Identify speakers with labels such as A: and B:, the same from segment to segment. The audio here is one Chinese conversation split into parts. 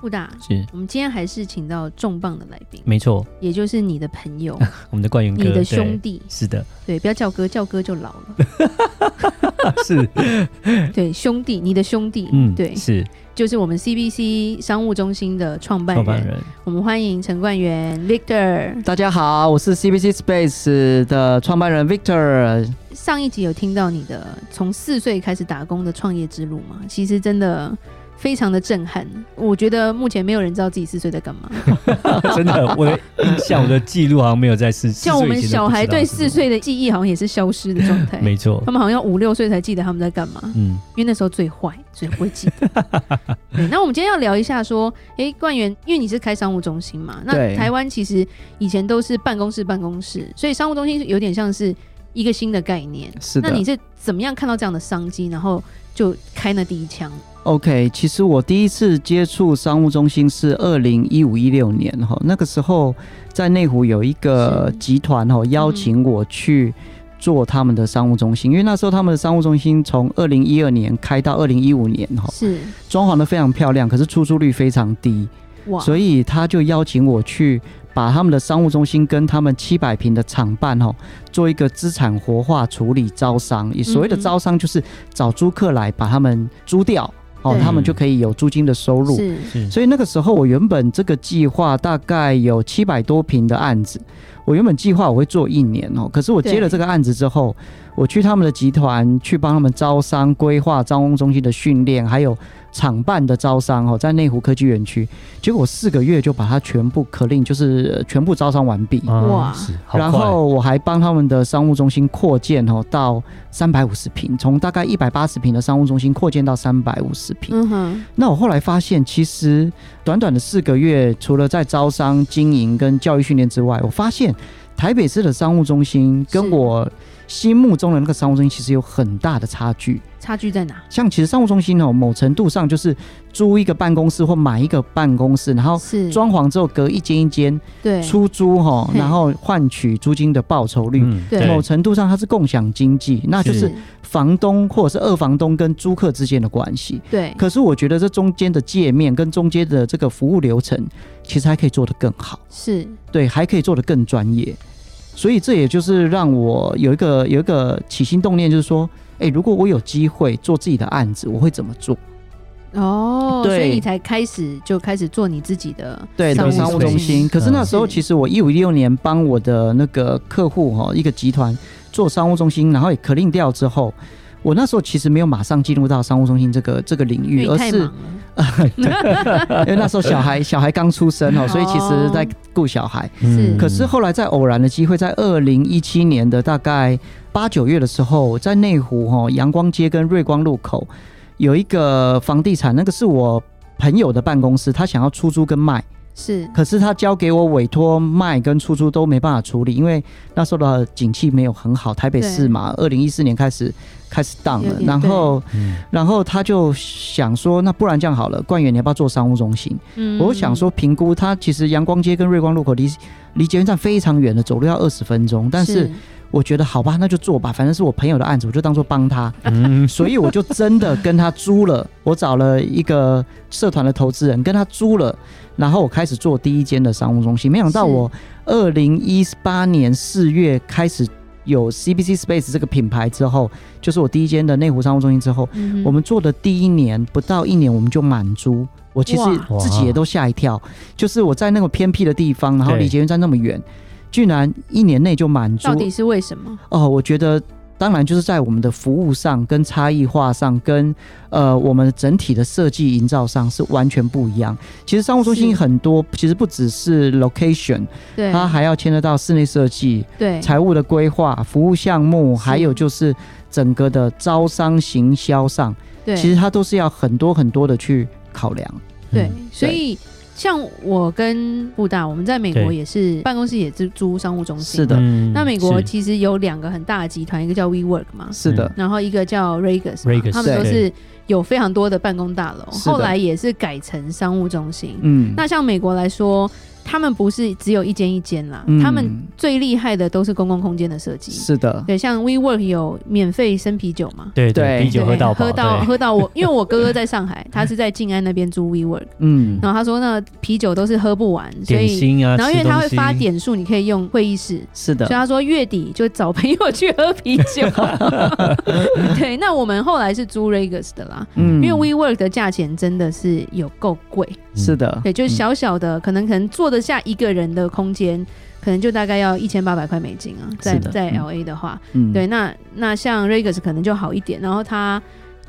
A: 布大，
B: 是，
A: 我们今天还是请到重磅的来宾，
B: 没错，
A: 也就是你的 朋友、
B: 我们的冠云哥，
A: 你的
B: 对
A: 兄弟。
B: 是的，
A: 对，不要叫哥，叫哥就老了。
B: 是，
A: 对，兄弟，你的兄弟，
B: 嗯，
A: 对，
B: 是
A: 就是我们 CBC 商务中心的创办
B: 创
A: 人。
B: 办 人，
A: 我们欢迎陈冠元 Victor。
C: 大家好，我是 CBC Space 的创办人 Victor。
A: 上一集有听到你的从四岁开始打工的创业之路吗？其实真的非常的震撼。我觉得目前没有人知道自己四岁在干 嘛，
B: 真的，我的印象，我的记录好像没有在四，
A: 像我们小孩对四
B: 四岁以前都不知道是
A: 岁的记忆好像也是消失的状
B: 什
A: 态
B: 么，。没错
A: 他，们好像五六岁才记得他们在干嘛，
B: 嗯，
A: 因为那时候最坏，所以不会记 得。对，那我们今天要聊一下说，诶，冠元，因为你是开商务中心嘛，那
C: 对
A: 台湾其实以前都是办公室办公室，所以商务中心有点像是一个新的概念。
C: 是
A: 那你
C: 的
A: 是怎么样看到这样的商机，然后就开那第一枪？
C: 哦，OK。其实我第一次接触商务中心是二零一五一六年哈，那个时候在内湖有一个
A: 是嗯
C: 集团哈邀请我去做他们的商务中心，因为那时候他们的商务中心从二零一二年开到二零一五年哈，
A: 是
C: 装潢的非常漂亮，可是出租率非常低。
A: 哇，
C: 所以他就邀请我去把他们的商务中心跟他们七百平的厂办哦，做一个资产活化处理招商。也
A: 嗯
C: 所谓的招商就是找租客来把他们租掉哦
A: 对，
C: 他们就可以有租金的收入。
A: 是
B: 是，
C: 所以那个时候，我原本这个计划大概有七百多平的案子，我原本计划我会做一年哦，可是我接了
A: 对
C: 这个案子之后，我去他们的集团去帮他们招商、规划招工中心的训练，还有厂办的招商哦，在内湖科技园区，结果我四个月就把它全部 clean，就是呃全部招商完毕。
B: 啊
A: 哇
B: 是好
C: 然
B: 快
C: 后我还帮他们的商务中心扩建哦，到三百五十平，从大概一百八十平的商务中心扩建到三百五十平。
A: 嗯哼，
C: 那我后来发现，其实短短的四个月，除了在招商、经营跟教育训练之外，我发现台北市的商务中心
A: 是
C: 跟我心目中的那个商务中心其实有很大的差距。
A: 差距在哪？
C: 像其实商务中心哦，某程度上就是租一个办公室或买一个办公室，然后
A: 是
C: 哦装潢之后隔一间一间
A: 对
C: 出租哈、
A: 嘿
C: 然后换取租金的报酬率。
B: 嗯
A: 对
C: 某程度上，它是共享经济，那就是是房东或者是二房东跟租客之间的关系。
A: 对，
C: 可是我觉得这中间的界面跟中间的这个服务流程，其实还可以做得更好，
A: 是
C: 对，还可以做得更专业。所以这也就是让我有一个有一个起心动念，就是说，诶，如果我有机会做自己的案子，我会怎么做？
A: 哦，所
C: 对
A: 以你才开始就开始做你自己的
C: 对，
B: 商
C: 那
B: 务中
C: 个商务中
B: 心
C: 心。可是那时候
A: 嗯
C: 其实我一五一六年帮我的那个客户哈、一个集团做商务中心，然后也 clean 掉之后。我那时候其实没有马上进入到商务中心这个这个领
A: 因为
C: 域，
A: 你
C: 而
A: 太
C: 是
A: 忙了，
C: 因为那时候小孩小孩刚出生哦，所以其实在顾小孩。
B: 嗯
A: 是
C: 可是后来在偶然的机会，在二零一七年的大概八九月的时候，在内湖哈、哦、阳光街跟瑞光路口有一个房地产，那个是我朋友的办公室，他想要出租跟卖，
A: 是
C: 可是他交给我委托卖跟出租都没办法处理，因为那时候的景气没有很好，台北市嘛，二零一四年开始开始 down
A: 有
C: 了，
A: 点
C: 然后
B: 嗯
C: 然后他就想说，那不然这样好了，冠远你要不要做商务中心？
A: 嗯
C: 我想说，评估它其实阳光街跟瑞光路口离离捷运站非常远的，走路要二十分钟。但是我觉得好吧，那就做吧，反正是我朋友的案子，我就当做 帮他。
B: 嗯
C: 所以我就真的跟他租了，我找了一个社团的投资人跟他租了，然后我开始做第一间的商务中心。没想到
A: 是
C: 我二零一八年四月开始有 CBC Space 这个品牌之后，就是我第一间的内湖商务中心之后，
A: 嗯
C: 我们做的第一年不到一年，我们就满租。我其实
A: 哇
C: 自己也都吓一跳，就是我在那个偏僻的地方，然后
B: 对
C: 离捷运站那么远，居然一年内就满租
A: 到。底是为什么？
C: 哦，我觉得当然就是在我们的服务上、跟差异化上、跟呃我们整体的设计营造上是完全不一样。其实商务中心
A: 是
C: 很多，其实不只是 location，
A: 对，
C: 它还要牵涉到室内设计、
A: 对
C: 财务的规划、服务项目，
A: 是
C: 还有就是整个的招商行销上。
A: 对
C: 其实它都是要很多很多的去考量。
A: 对
B: 嗯，
A: 所以像我跟布大，我们在美国
B: 对
A: 也是办公室也是租商务中心。
C: 是的
B: 嗯
A: 那美国
B: 是
A: 其实有两个很大的集团，一个叫 WeWork 嘛，
C: 是的，
A: 然后一个叫 Regus，嘛
B: Regus，
A: 他们都
B: 对
A: 是有非常多的办公大楼，
C: 是的
A: 后来也是改成商务中心。
C: 嗯，
A: 那像美国来说，他们不是只有一间一间啦，
C: 嗯
A: 他们最厉害的都是公共空间的设计。
C: 是的，
A: 对，像 WeWork 有免费生啤酒嘛，
B: 对
C: 对
B: 对，啤酒喝
A: 对
B: 到饱，
A: 喝到
B: 对
A: 喝到我，因为我哥哥在上 海，他是在静安那边租 WeWork，
C: 嗯，
A: 然后他说那啤酒都是喝不完，所
B: 点
A: 以
B: 心啊，
A: 然后因为
B: 吃
A: 他
B: 东
A: 会发
B: 西，啊
A: 点数，你可以用会议室。
C: 是
A: 所以
C: 的，
A: 他说月底就找朋友去喝啤酒， 对。那我们后来是租 Regus 的啦，
C: 嗯，
A: 因为 WeWork 的价钱真的是有够贵，
C: 是的，
A: 对，就是
C: 嗯
A: 小小的，可能可能坐得下一个人的空间，可能就大概要一千八百块美金啊，在
C: 是的
A: 在
C: 嗯
A: L A 的话，
C: 嗯
A: 对，那那像 Regus 可能就好一点，然后它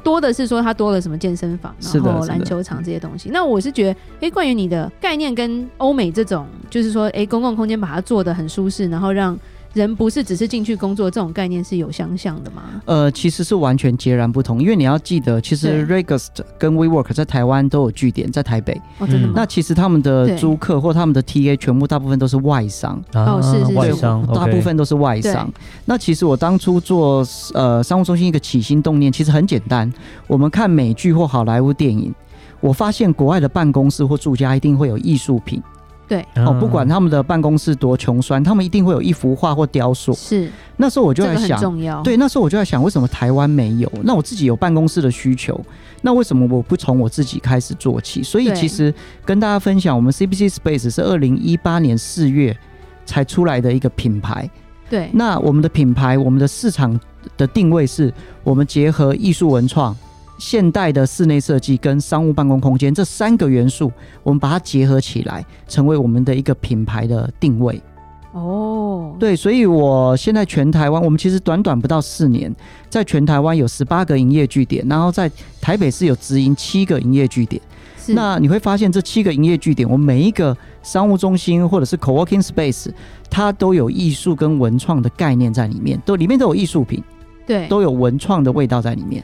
A: 多的是说它多了什么健身房，
C: 是
A: 然
C: 的
A: 后
C: 是的
A: 篮球场这些东西。那我是觉得，哎、关于你的概念跟欧美这种，就是说，哎、公共空间把它做得很舒适，然后让人不是只是进去工作这种概念是有相像的吗？
C: 呃，其实是完全截然不同，因为你要记得，其实 Regust 跟 WeWork 在台湾都有据点，在台北。
A: 哦，真的
B: 嗯
A: 吗？
C: 那其实他们的
A: 对
C: 租客或他们的 TA 全部大部分都是外商，
B: 啊
A: 哦是是
B: 外
C: 对
B: 商，
C: 大
B: OK
C: 部分都是外商。那其实我当初做呃商务中心一个起心动念，其实很简单，我们看美剧或好莱坞电影。我发现国外的办公室或住家一定会有艺术品
A: 嗯
C: 哦，不
B: 嗯
C: 管他们的办公室多穷酸，他们一定会有一幅画或雕塑。
A: 是，
C: 那时候我就
A: 这
C: 在
A: 个很
C: 想，
A: 重要。
C: 对，那时候我就在想，为什么台湾没有？那我自己有办公室的需求，那为什么我不从我自己开始做起？所以
A: 对
C: 其实跟大家分享，我们 CBC Space 是二零一八年四月才出来的一个品牌。
A: 对，
C: 那我们的品牌，我们的市场的定位是，我们结合艺术文创、现代的室内设计跟商务办公空间这三个元素，我们把它结合起来，成为我们的一个品牌的定位。
A: 哦，
C: 对，所以我现在全台湾，我们其实短短不到四年，在全台湾有十八个营业据点，然后在台北市有直营七个营业据点。
A: 是
C: 那你会发现，这七个营业据点，我们每一个商务中心或者是 co-working space，它都有艺术跟文创的概念在里面，都里面都有艺术品，
A: 对
C: 都有文创的味道在里面。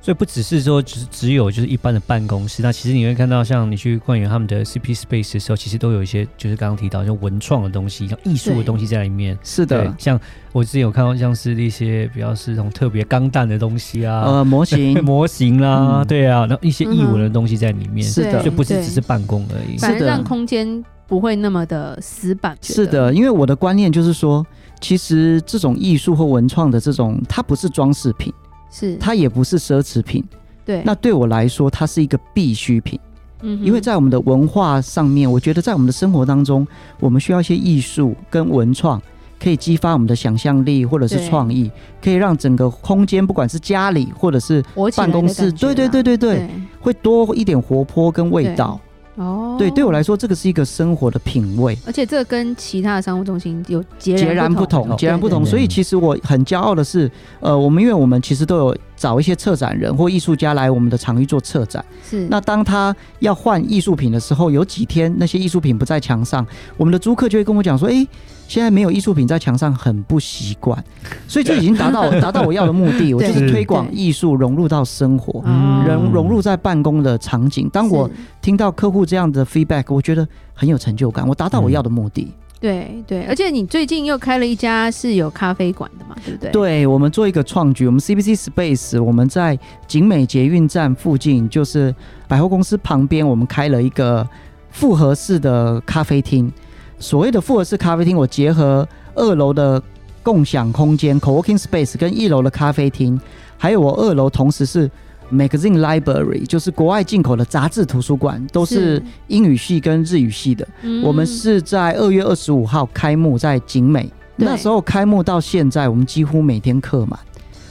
B: 所以不只是说只只有就是一般的办公室，那其实你会看到，像你去逛园他们的 CP Space 的时候，其实都有一些就是刚刚提到像文创的东西，像艺术的
A: 对
B: 东西在里面。
C: 是
B: 对
C: 的，，
B: 像我之前有看到像是一些比较是那种特别钢弹的东西啊，
C: 呃， 模型
B: 模型啦、
C: 嗯
B: 对啊，然后一些
A: 哦嗯哼
B: 艺文的东西在里面，
C: 是的
A: 对
B: 就不是
A: 对
B: 只是办公而已。
A: 反
C: 是
A: 而
C: 的
A: 让空间不会那么的死板。觉
C: 是
A: 得，
C: 的，因为我的观念就是说，其实这种艺术或文创的这种，它不是装饰品，
A: 是
C: 它也不是奢侈品。
A: 对。
C: 那对我来说，它是一个必需品，
A: 嗯哼
C: 因为在我们的文化上面，我觉得在我们的生活当中，我们需要一些艺术跟文创，可以激发我们的想象力或者是
A: 对
C: 创意，可以让整个空间，不管是家里或者是
A: 我起来
C: 办
A: 的
C: 公室，
A: 感觉
C: 对
A: 啦
C: 对对对对，
A: 对
C: 会多一点活泼跟味道。
A: 哦，
C: 对，对我来说，这个是一个生活的品味。
A: 而且这跟其他的商务中心有截
C: 截然不
A: 不
C: 同，哦截然不同。
B: 对对
C: 所以其实我很骄傲的是，呃，我们因为我们其实都有找一些策展人或艺术家来我们的场域做策展。
A: 是
C: 那当他要换艺术品的时候，有几天那些艺术品不在墙上，我们的租客就会跟我讲说：“诶，现在没有艺术品在墙上，很不习 惯。”所以就已经达到我达到我要的目的，我就
A: 对
C: 是
B: 是
C: 推广
A: 对
C: 艺术融入到生活，
A: 嗯
C: 融融入在办公的场景。当我
A: 是
C: 听到客户这样的 feedback，我觉得很有成就感，我达
A: 嗯
C: 到我要的目的。
A: 对对，而且你最近又开了一家是有咖啡馆的嘛，对不对？
C: 对，我们做一个创举，我们 CBC Space，我们在景美捷运站附近，就是百货公司旁边，我们开了一个复合式的咖啡厅。所谓的复合式咖啡厅，我结合二楼的共享空间 （co-working space） 跟一楼的咖啡厅，还有我二楼同时是 magazine library，就是国外进口的杂志图书馆，都是英语系跟日语系的。
A: 嗯
C: 我们是在二月二十五号开幕在景美，
A: 对
C: 那时候开幕到现在，我们几乎每天客满。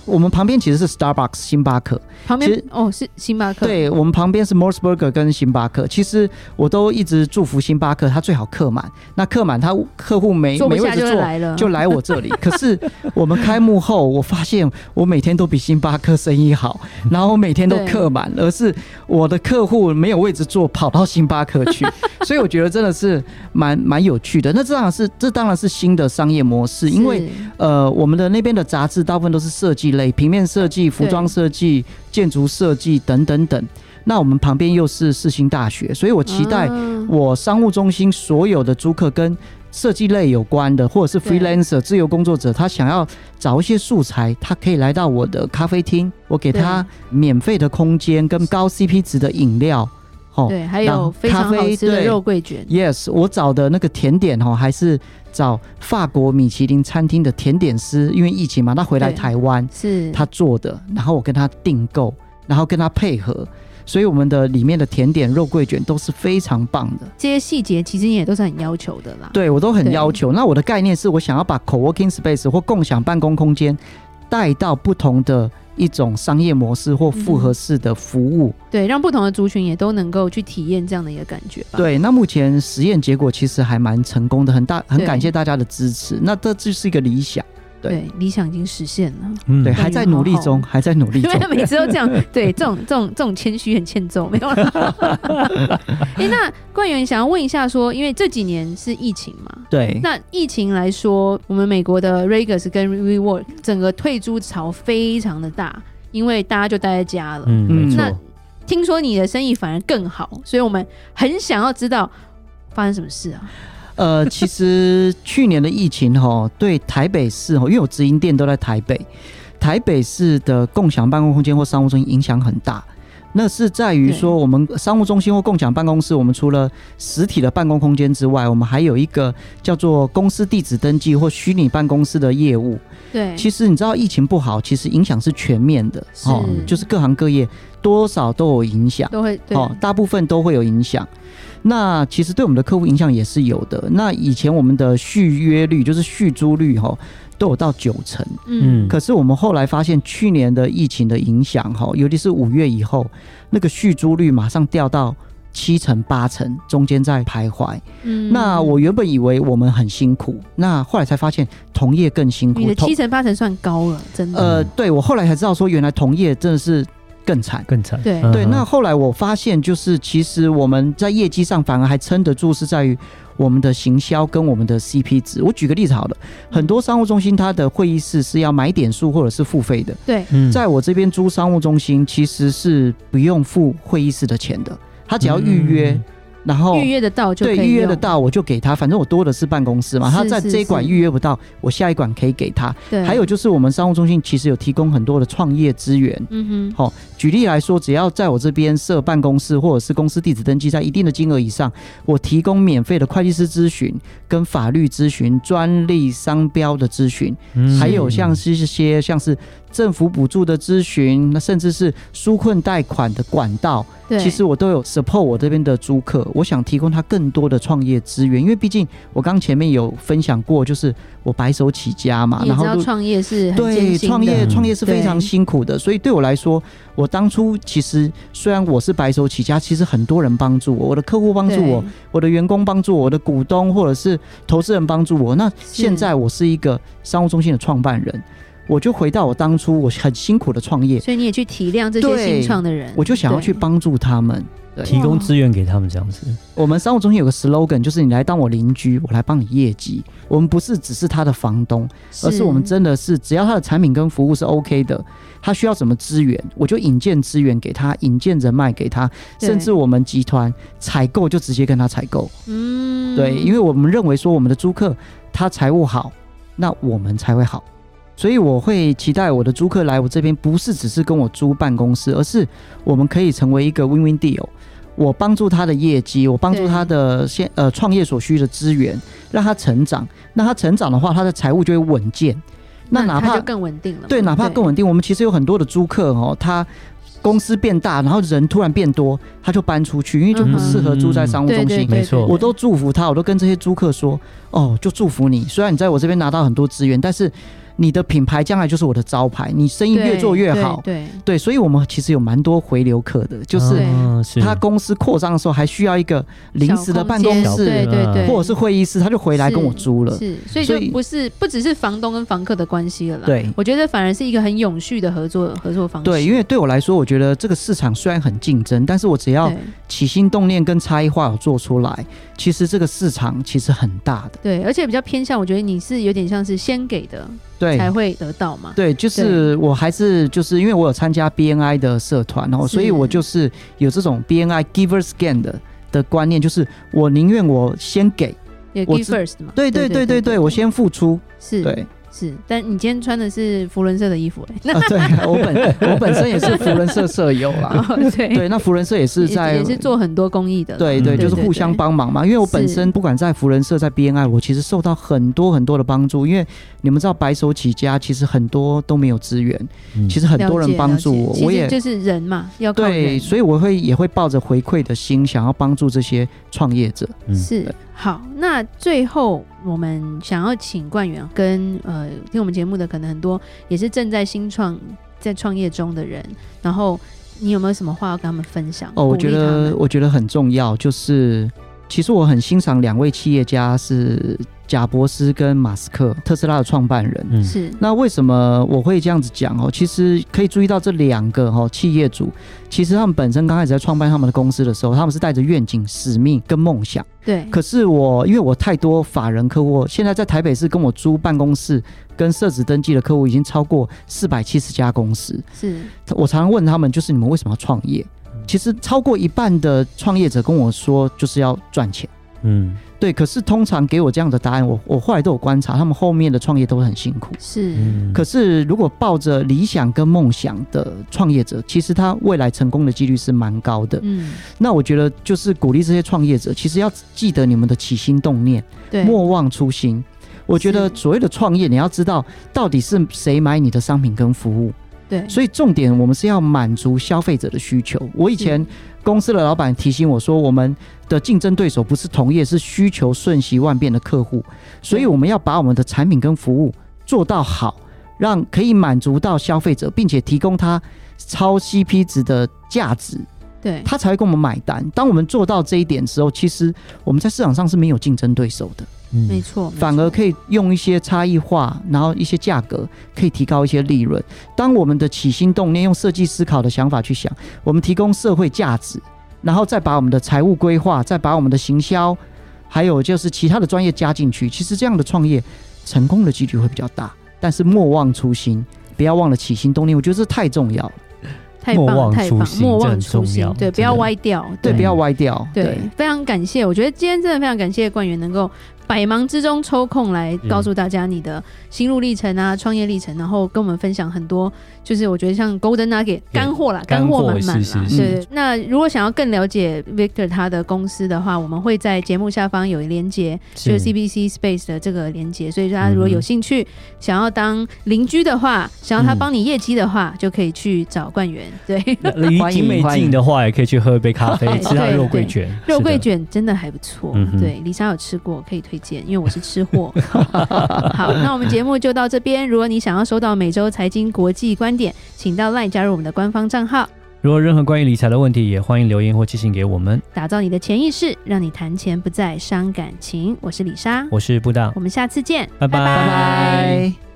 C: 我们旁边其实是 Starbucks 星巴克，
A: 旁
C: 其
A: 边
C: 实
A: 哦是星巴克，
C: 对我们旁边是 m o r s b u r g e r 跟星巴克。其实我都一直祝福星巴克，它最好客满。那客满，它客户没
A: 坐不
C: 没位
A: 下
C: 置
A: 就
C: 坐，
A: 来了，
C: 就来我这里。 可是我们开幕后，我发现我每天都比星巴克生意好，然后我每天都客满，而是我的客户没有位置坐，跑到星巴克去。所以我觉得真的是蛮蛮有趣的。那这当然是这当然是新的商业模式，因为呃，我们的那边的杂志大部分都是设计类，平面设计、服装设计、建筑设计等等等。那我们旁边又是世新大学，所以我期待
A: 啊
C: 我商务中心所有的租客跟设计类有关的，或者是
A: 对
C: freelancer 自由工作者，他想要找一些素材，他可以来到我的咖啡厅，我给他免费的空间跟高 CP 值的饮料。哦
A: 对，还
C: 然
A: 有
C: 后
A: 非常
C: 咖啡
A: 好吃的
C: 对
A: 肉桂卷，
C: Yes，我找的那个甜点哦，还是找法国米其林餐厅的甜点师，因为疫情嘛，他回来
A: 对
C: 台湾，
A: 是
C: 他做的，然后我跟他订购，然后跟他配合，所以我们的里面的甜点肉桂卷都是非常棒的。
A: 这些细节其实你也都是很要求的啦。
C: 对我都很
A: 对
C: 要求。那我的概念是我想要把 co-working space 或共享办公空间带到不同的一种商业模式或复合式的服务。
A: 对，让不同的族群也都能够去体验这样的一个感觉吧。
C: 对，那目前实验结果其实还蛮成功的，很大很
A: 对
C: 感谢大家的支持。那这就是一个理想，对
A: 对，理想已经实现了。
B: 嗯
C: 对，
A: 感觉
C: 还在努力中，
A: 好
C: 还在努力
A: 因
C: 中
A: 为。他每次都这样，对这种这种这种谦虚很欠揍，没有 啦。哎、那官员想要问一下说，因为这几年是疫情嘛，
C: 对，
A: 那疫情来说，我们美国的 Regus 跟 Rework 整个退租潮非常的大，因为大家就待在家了。
B: 嗯，没
C: 嗯
B: 错
A: 那，听说你的生意反而更好，所以我们很想要知道发生什么事啊？
C: 呃，其实去年的疫情哈、 对台北市哈、因为我直营店都在台北，台北市的共享办公空间或商务中心影响很大。那是在于说，我们商务中心或共享办公室，我们除了实体的办公空间之外，我们还有一个叫做公司地址登记或虚拟办公室的业务。
A: 对，
C: 其实你知道，疫情不好，其实影响是全面的哦
A: 是，
C: 就是各行各业多少都有影响。
A: 都会对、
C: 哦，大部分都会有影响。那其实对我们的客户影响也是有的。那以前我们的续约率就是续租率哈、哦，都有到九成。
A: 嗯，
C: 可是我们后来发现，去年的疫情的影响哈、哦，尤其是五月以后，那个续租率马上掉到七成八成，中间在徘徊。
A: 嗯
C: 那我原本以为我们很辛苦，那后来才发现同业更辛苦。
A: 你的
C: 同
A: 七成八成算高了，真的。
C: 呃，对我后来才知道说，原来同业真的是更惨。
B: 更惨。
A: 对
B: 嗯
C: 对，
B: 哼
C: 那后来我发现，就是其实我们在业绩上反而还撑得住，是在于我们的行销跟我们的 CP 值。我举个例子好了，很多商务中心它的会议室是要买点数或者是付费的，
A: 对，
B: 嗯
C: 在我这边租商务中心其实是不用付会议室的钱的，他只要预约，
B: 嗯
C: 然后
A: 预约得到就可
C: 哦对
A: 以
C: 预约得
A: 用，
C: 到我就给他，反正我多的是办公室嘛，他
A: 是
C: 在
A: 是
C: 这一馆
A: 是
C: 预约不到，我下一馆可以给他。
A: 对，
C: 还有就是我们商务中心其实有提供很多的创业资源。
A: 嗯哼，
C: 好、举例来说，只要在我这边设办公室或者是公司地址登记在一定的金额以上，我提供免费的会计师咨询、跟法律咨询、专利商标的咨询，
B: 嗯
C: 还有像是一些像是政府补助的咨询，那甚至是纾困贷款的管道，
A: 对，
C: 其实我都有 support 我这边的租客，我想提供他更多的创业资源，因为毕竟我刚前面有分享过，就是我白手起家嘛，
A: 你也
C: 然
A: 知
C: 后
A: 道
C: 入
A: 创业是很艰
C: 对，
A: 辛
C: 创
A: 的
C: 业
B: 嗯
C: 创业是非常
A: 对
C: 辛苦的，所以对我来说，我当初其实虽然我是白手起家，其实很多人帮助我，我的客户帮助我，，我的员工帮助我，我的股东或者是投资人帮助我。那现在我是一个嗯商务中心的创办人，我就回到我当初我很辛苦的创业
A: 对，所以你也去体谅这些
C: 对
A: 新创的人，
C: 我就想要
A: 对
C: 去帮助他们。
B: 提供资源给他们这样子，
C: 我们商务中心有个 slogan，就是你来当我邻居，我来帮你业绩。我们不是只是他的房东，而是我们真的是，只要他的产品跟服务是 OK 的，他需要什么资源，我就引荐资源给他，引荐人脉给他，
A: 对
C: 甚至我们集团采购就直接跟他采购。
A: 嗯，
C: 对，因为我们认为说我们的租客他财务好，那我们才会好。所以我会期待我的租客来我这边，不是只是跟我租办公室，而是我们可以成为一个 win-win deal。我帮助他的业绩，我帮助
A: 对
C: 他的现呃创业所需的资源，让他成长。那他成长的话，他的财务就会稳健。那哪
A: 他
C: 怕
A: 就更稳定了嘛，
C: 对，哪怕更稳定，我们其实有很多的租客哦，他公司变大，然后人突然变多，他就搬出去，因为就不适合住在商务
A: 对
C: 中
A: 嗯对
C: 心
A: 对。对
B: 没错
A: 对
C: 我都祝福他，我都跟这些租客说，哦，就祝福你。虽然你在我这边拿到很多资源，但是你的品牌将来就是我的招牌，你生意
A: 对
C: 越做越
A: 对
C: 好。
A: 对，
C: 对，所以我们其实有蛮多回流客的，就是
A: 对
B: 嗯是
C: 他公司扩张的时候还需要一个临时的
A: 小
C: 办公
A: 间
B: 小
A: 对
C: 室，
A: 对对，
C: 或者是会议室，他就回来跟我租了。
A: 是，所以
C: 所
A: 就
C: 以
A: 不是不只是房东跟房客的关系了啦，，
C: 对
A: 我觉得反而是一个很永续的合作合作方式，
C: 对，因为对我来说，我觉得这个市场虽然很竞争，但是我只要
A: 对
C: 起心动念跟差异化有做出来，其实这个市场其实很大的。
A: 对，而且比较偏向，我觉得你是有点像是先给的，
C: 对
A: 才会得到嘛。
C: 对，就是我还是就是因为我有参加 BNI 的社团，然后
A: 是
C: 所以我就是有这种 BNI givers gain 的的观念，就是我宁愿我先给，
A: 也
C: 我
A: give
C: 知
A: first 嘛。
C: 对对对对对，我先付出，
A: 是
C: 对
A: 是，但你今天穿的是福伦社的衣服哎、
C: 啊，对我本我本身也是福人社社友 啦，
A: 哦对
C: 呃对，那福人社也是
A: 也
C: 在
A: 也是做很多公益的。
C: 对对，
B: 嗯
C: 就是
A: 对对
C: 互相帮忙嘛。因为我本身不管在福人社、在 BNI，我其实受到很多很多的帮助。因为你们知道，白手起家其实很多都没有资源，
B: 嗯
C: 其实很
A: 了解，
C: 多人帮助
A: 了
C: 我
A: 解，
C: 我
A: 其
C: 也
A: 实就是人嘛，要靠
C: 对，
A: 人。
C: 所以我会也会抱着回馈的心，想要帮助这些创业者。
B: 嗯
A: 是好，那最后我们想要请冠元跟呃听我们节目的可能很多也是正在新创在创业中的人，然后你有没有什么话要跟他们分享？
C: 哦，
A: 鼓
C: 我
A: 励
C: 觉
A: 他
C: 得
A: 们
C: 我觉得很重要，就是其实我很欣赏两位企业家是贾伯斯跟马斯克，特斯拉的创办人。
B: 嗯
A: 是
C: 那为什么我会这样子讲哦？其实可以注意到这两个哦企业主，其实他们本身刚开始在创办他们的公司的时候，他们是带着愿景、使命跟梦想。
A: 对，
C: 可是我因为我太多法人客户，现在在台北市跟我租办公室跟设置登记的客户已经超过四百七十家公司。
A: 是
C: 我常常问他们，就是你们为什么要创业？其实超过一半的创业者跟我说，就是要赚钱。
B: 嗯
C: 对，可是通常给我这样的答案，我我后来都有观察，他们后面的创业都很辛苦。
A: 是、
B: 嗯，
C: 可是，如果抱着理想跟梦想的创业者，其实他未来成功的几率是蛮高的。
A: 嗯，
C: 那我觉得，就是鼓励这些创业者，其实要记得你们的起心动念，
A: 对，
C: 莫忘初心。我觉得
A: 是
C: 所谓的创业，你要知道到底是谁买你的商品跟服务，
A: 对，
C: 所以重点我们是要满足消费者的需求。我以前公司的老板提醒我说，我们的竞争对手不是同业，是需求瞬息万变的客户，所以我们要把我们的产品跟服务做到好，让可以满足到消费者，并且提供他超 CP 值的价值，
A: 对
C: 他才会跟我们买单。当我们做到这一点之后，其实我们在市场上是没有竞争对手的，
A: 没
B: 嗯
A: 错，没
C: 反
A: 错
C: 而可以用一些差异化，然后一些价格可以提高一些利润。当我们的起心动念用设计思考的想法去想，我们提供社会价值，然后再把我们的财务规划，再把我们的行销，还有就是其他的专业加进去，其实这样的创业成功的几率会比较大。但是莫忘初心，不要忘了起心动念，我觉得这太重要了，
A: 太棒
B: 莫
A: 了，
B: 忘
A: 太
B: 初
A: 棒，
B: 心
A: 莫
B: 这
A: 忘
B: 很
A: 初
B: 重
A: 心
B: 要，
A: 对，不
B: 真
A: 要
B: 的
A: 歪掉，
C: 对，
B: 嗯
C: 不要歪掉，
A: 对，非常感谢。我觉得今天真的非常感谢官员能够百忙之中抽空来告诉大家你的心路历程啊、创业历程，然后跟我们分享很多，就是我觉得像 Golden Nugget 干货啦，
B: 干
A: 货
B: 货
A: 满满啦。
B: 是是
C: 是
A: 对，那如果想要更了解 Victor 他的公司的话，我们会在节目下方有连接，
B: 嗯
A: 就是 CBC Space 的这个连接，所以大家如果有兴趣、想要当邻居的话，想要
B: 嗯
A: 他帮你业绩的话，就可以去找冠员。对。
B: 离
C: 欢迎
B: 景美
C: 欢迎
B: 近的话，也可以去喝一杯 咖啡，吃他的肉桂卷。
A: 肉桂
B: 是的
A: 卷真的还不错，
B: 嗯哼
A: 对，李莎有吃过，可以推荐，因为我是吃货。 好，那我们节目就到这边。如果你想要收到每周财经国际观点，请到 LINE 加入我们的官方账号，
B: 如果任何关于理财的问题，也欢迎留言或寄信给我们。
A: 打造你的潜意识，让你谈钱不再伤感情。我是李莎，
B: 我是布大，
A: 我们下次见，
B: 拜拜
C: 拜拜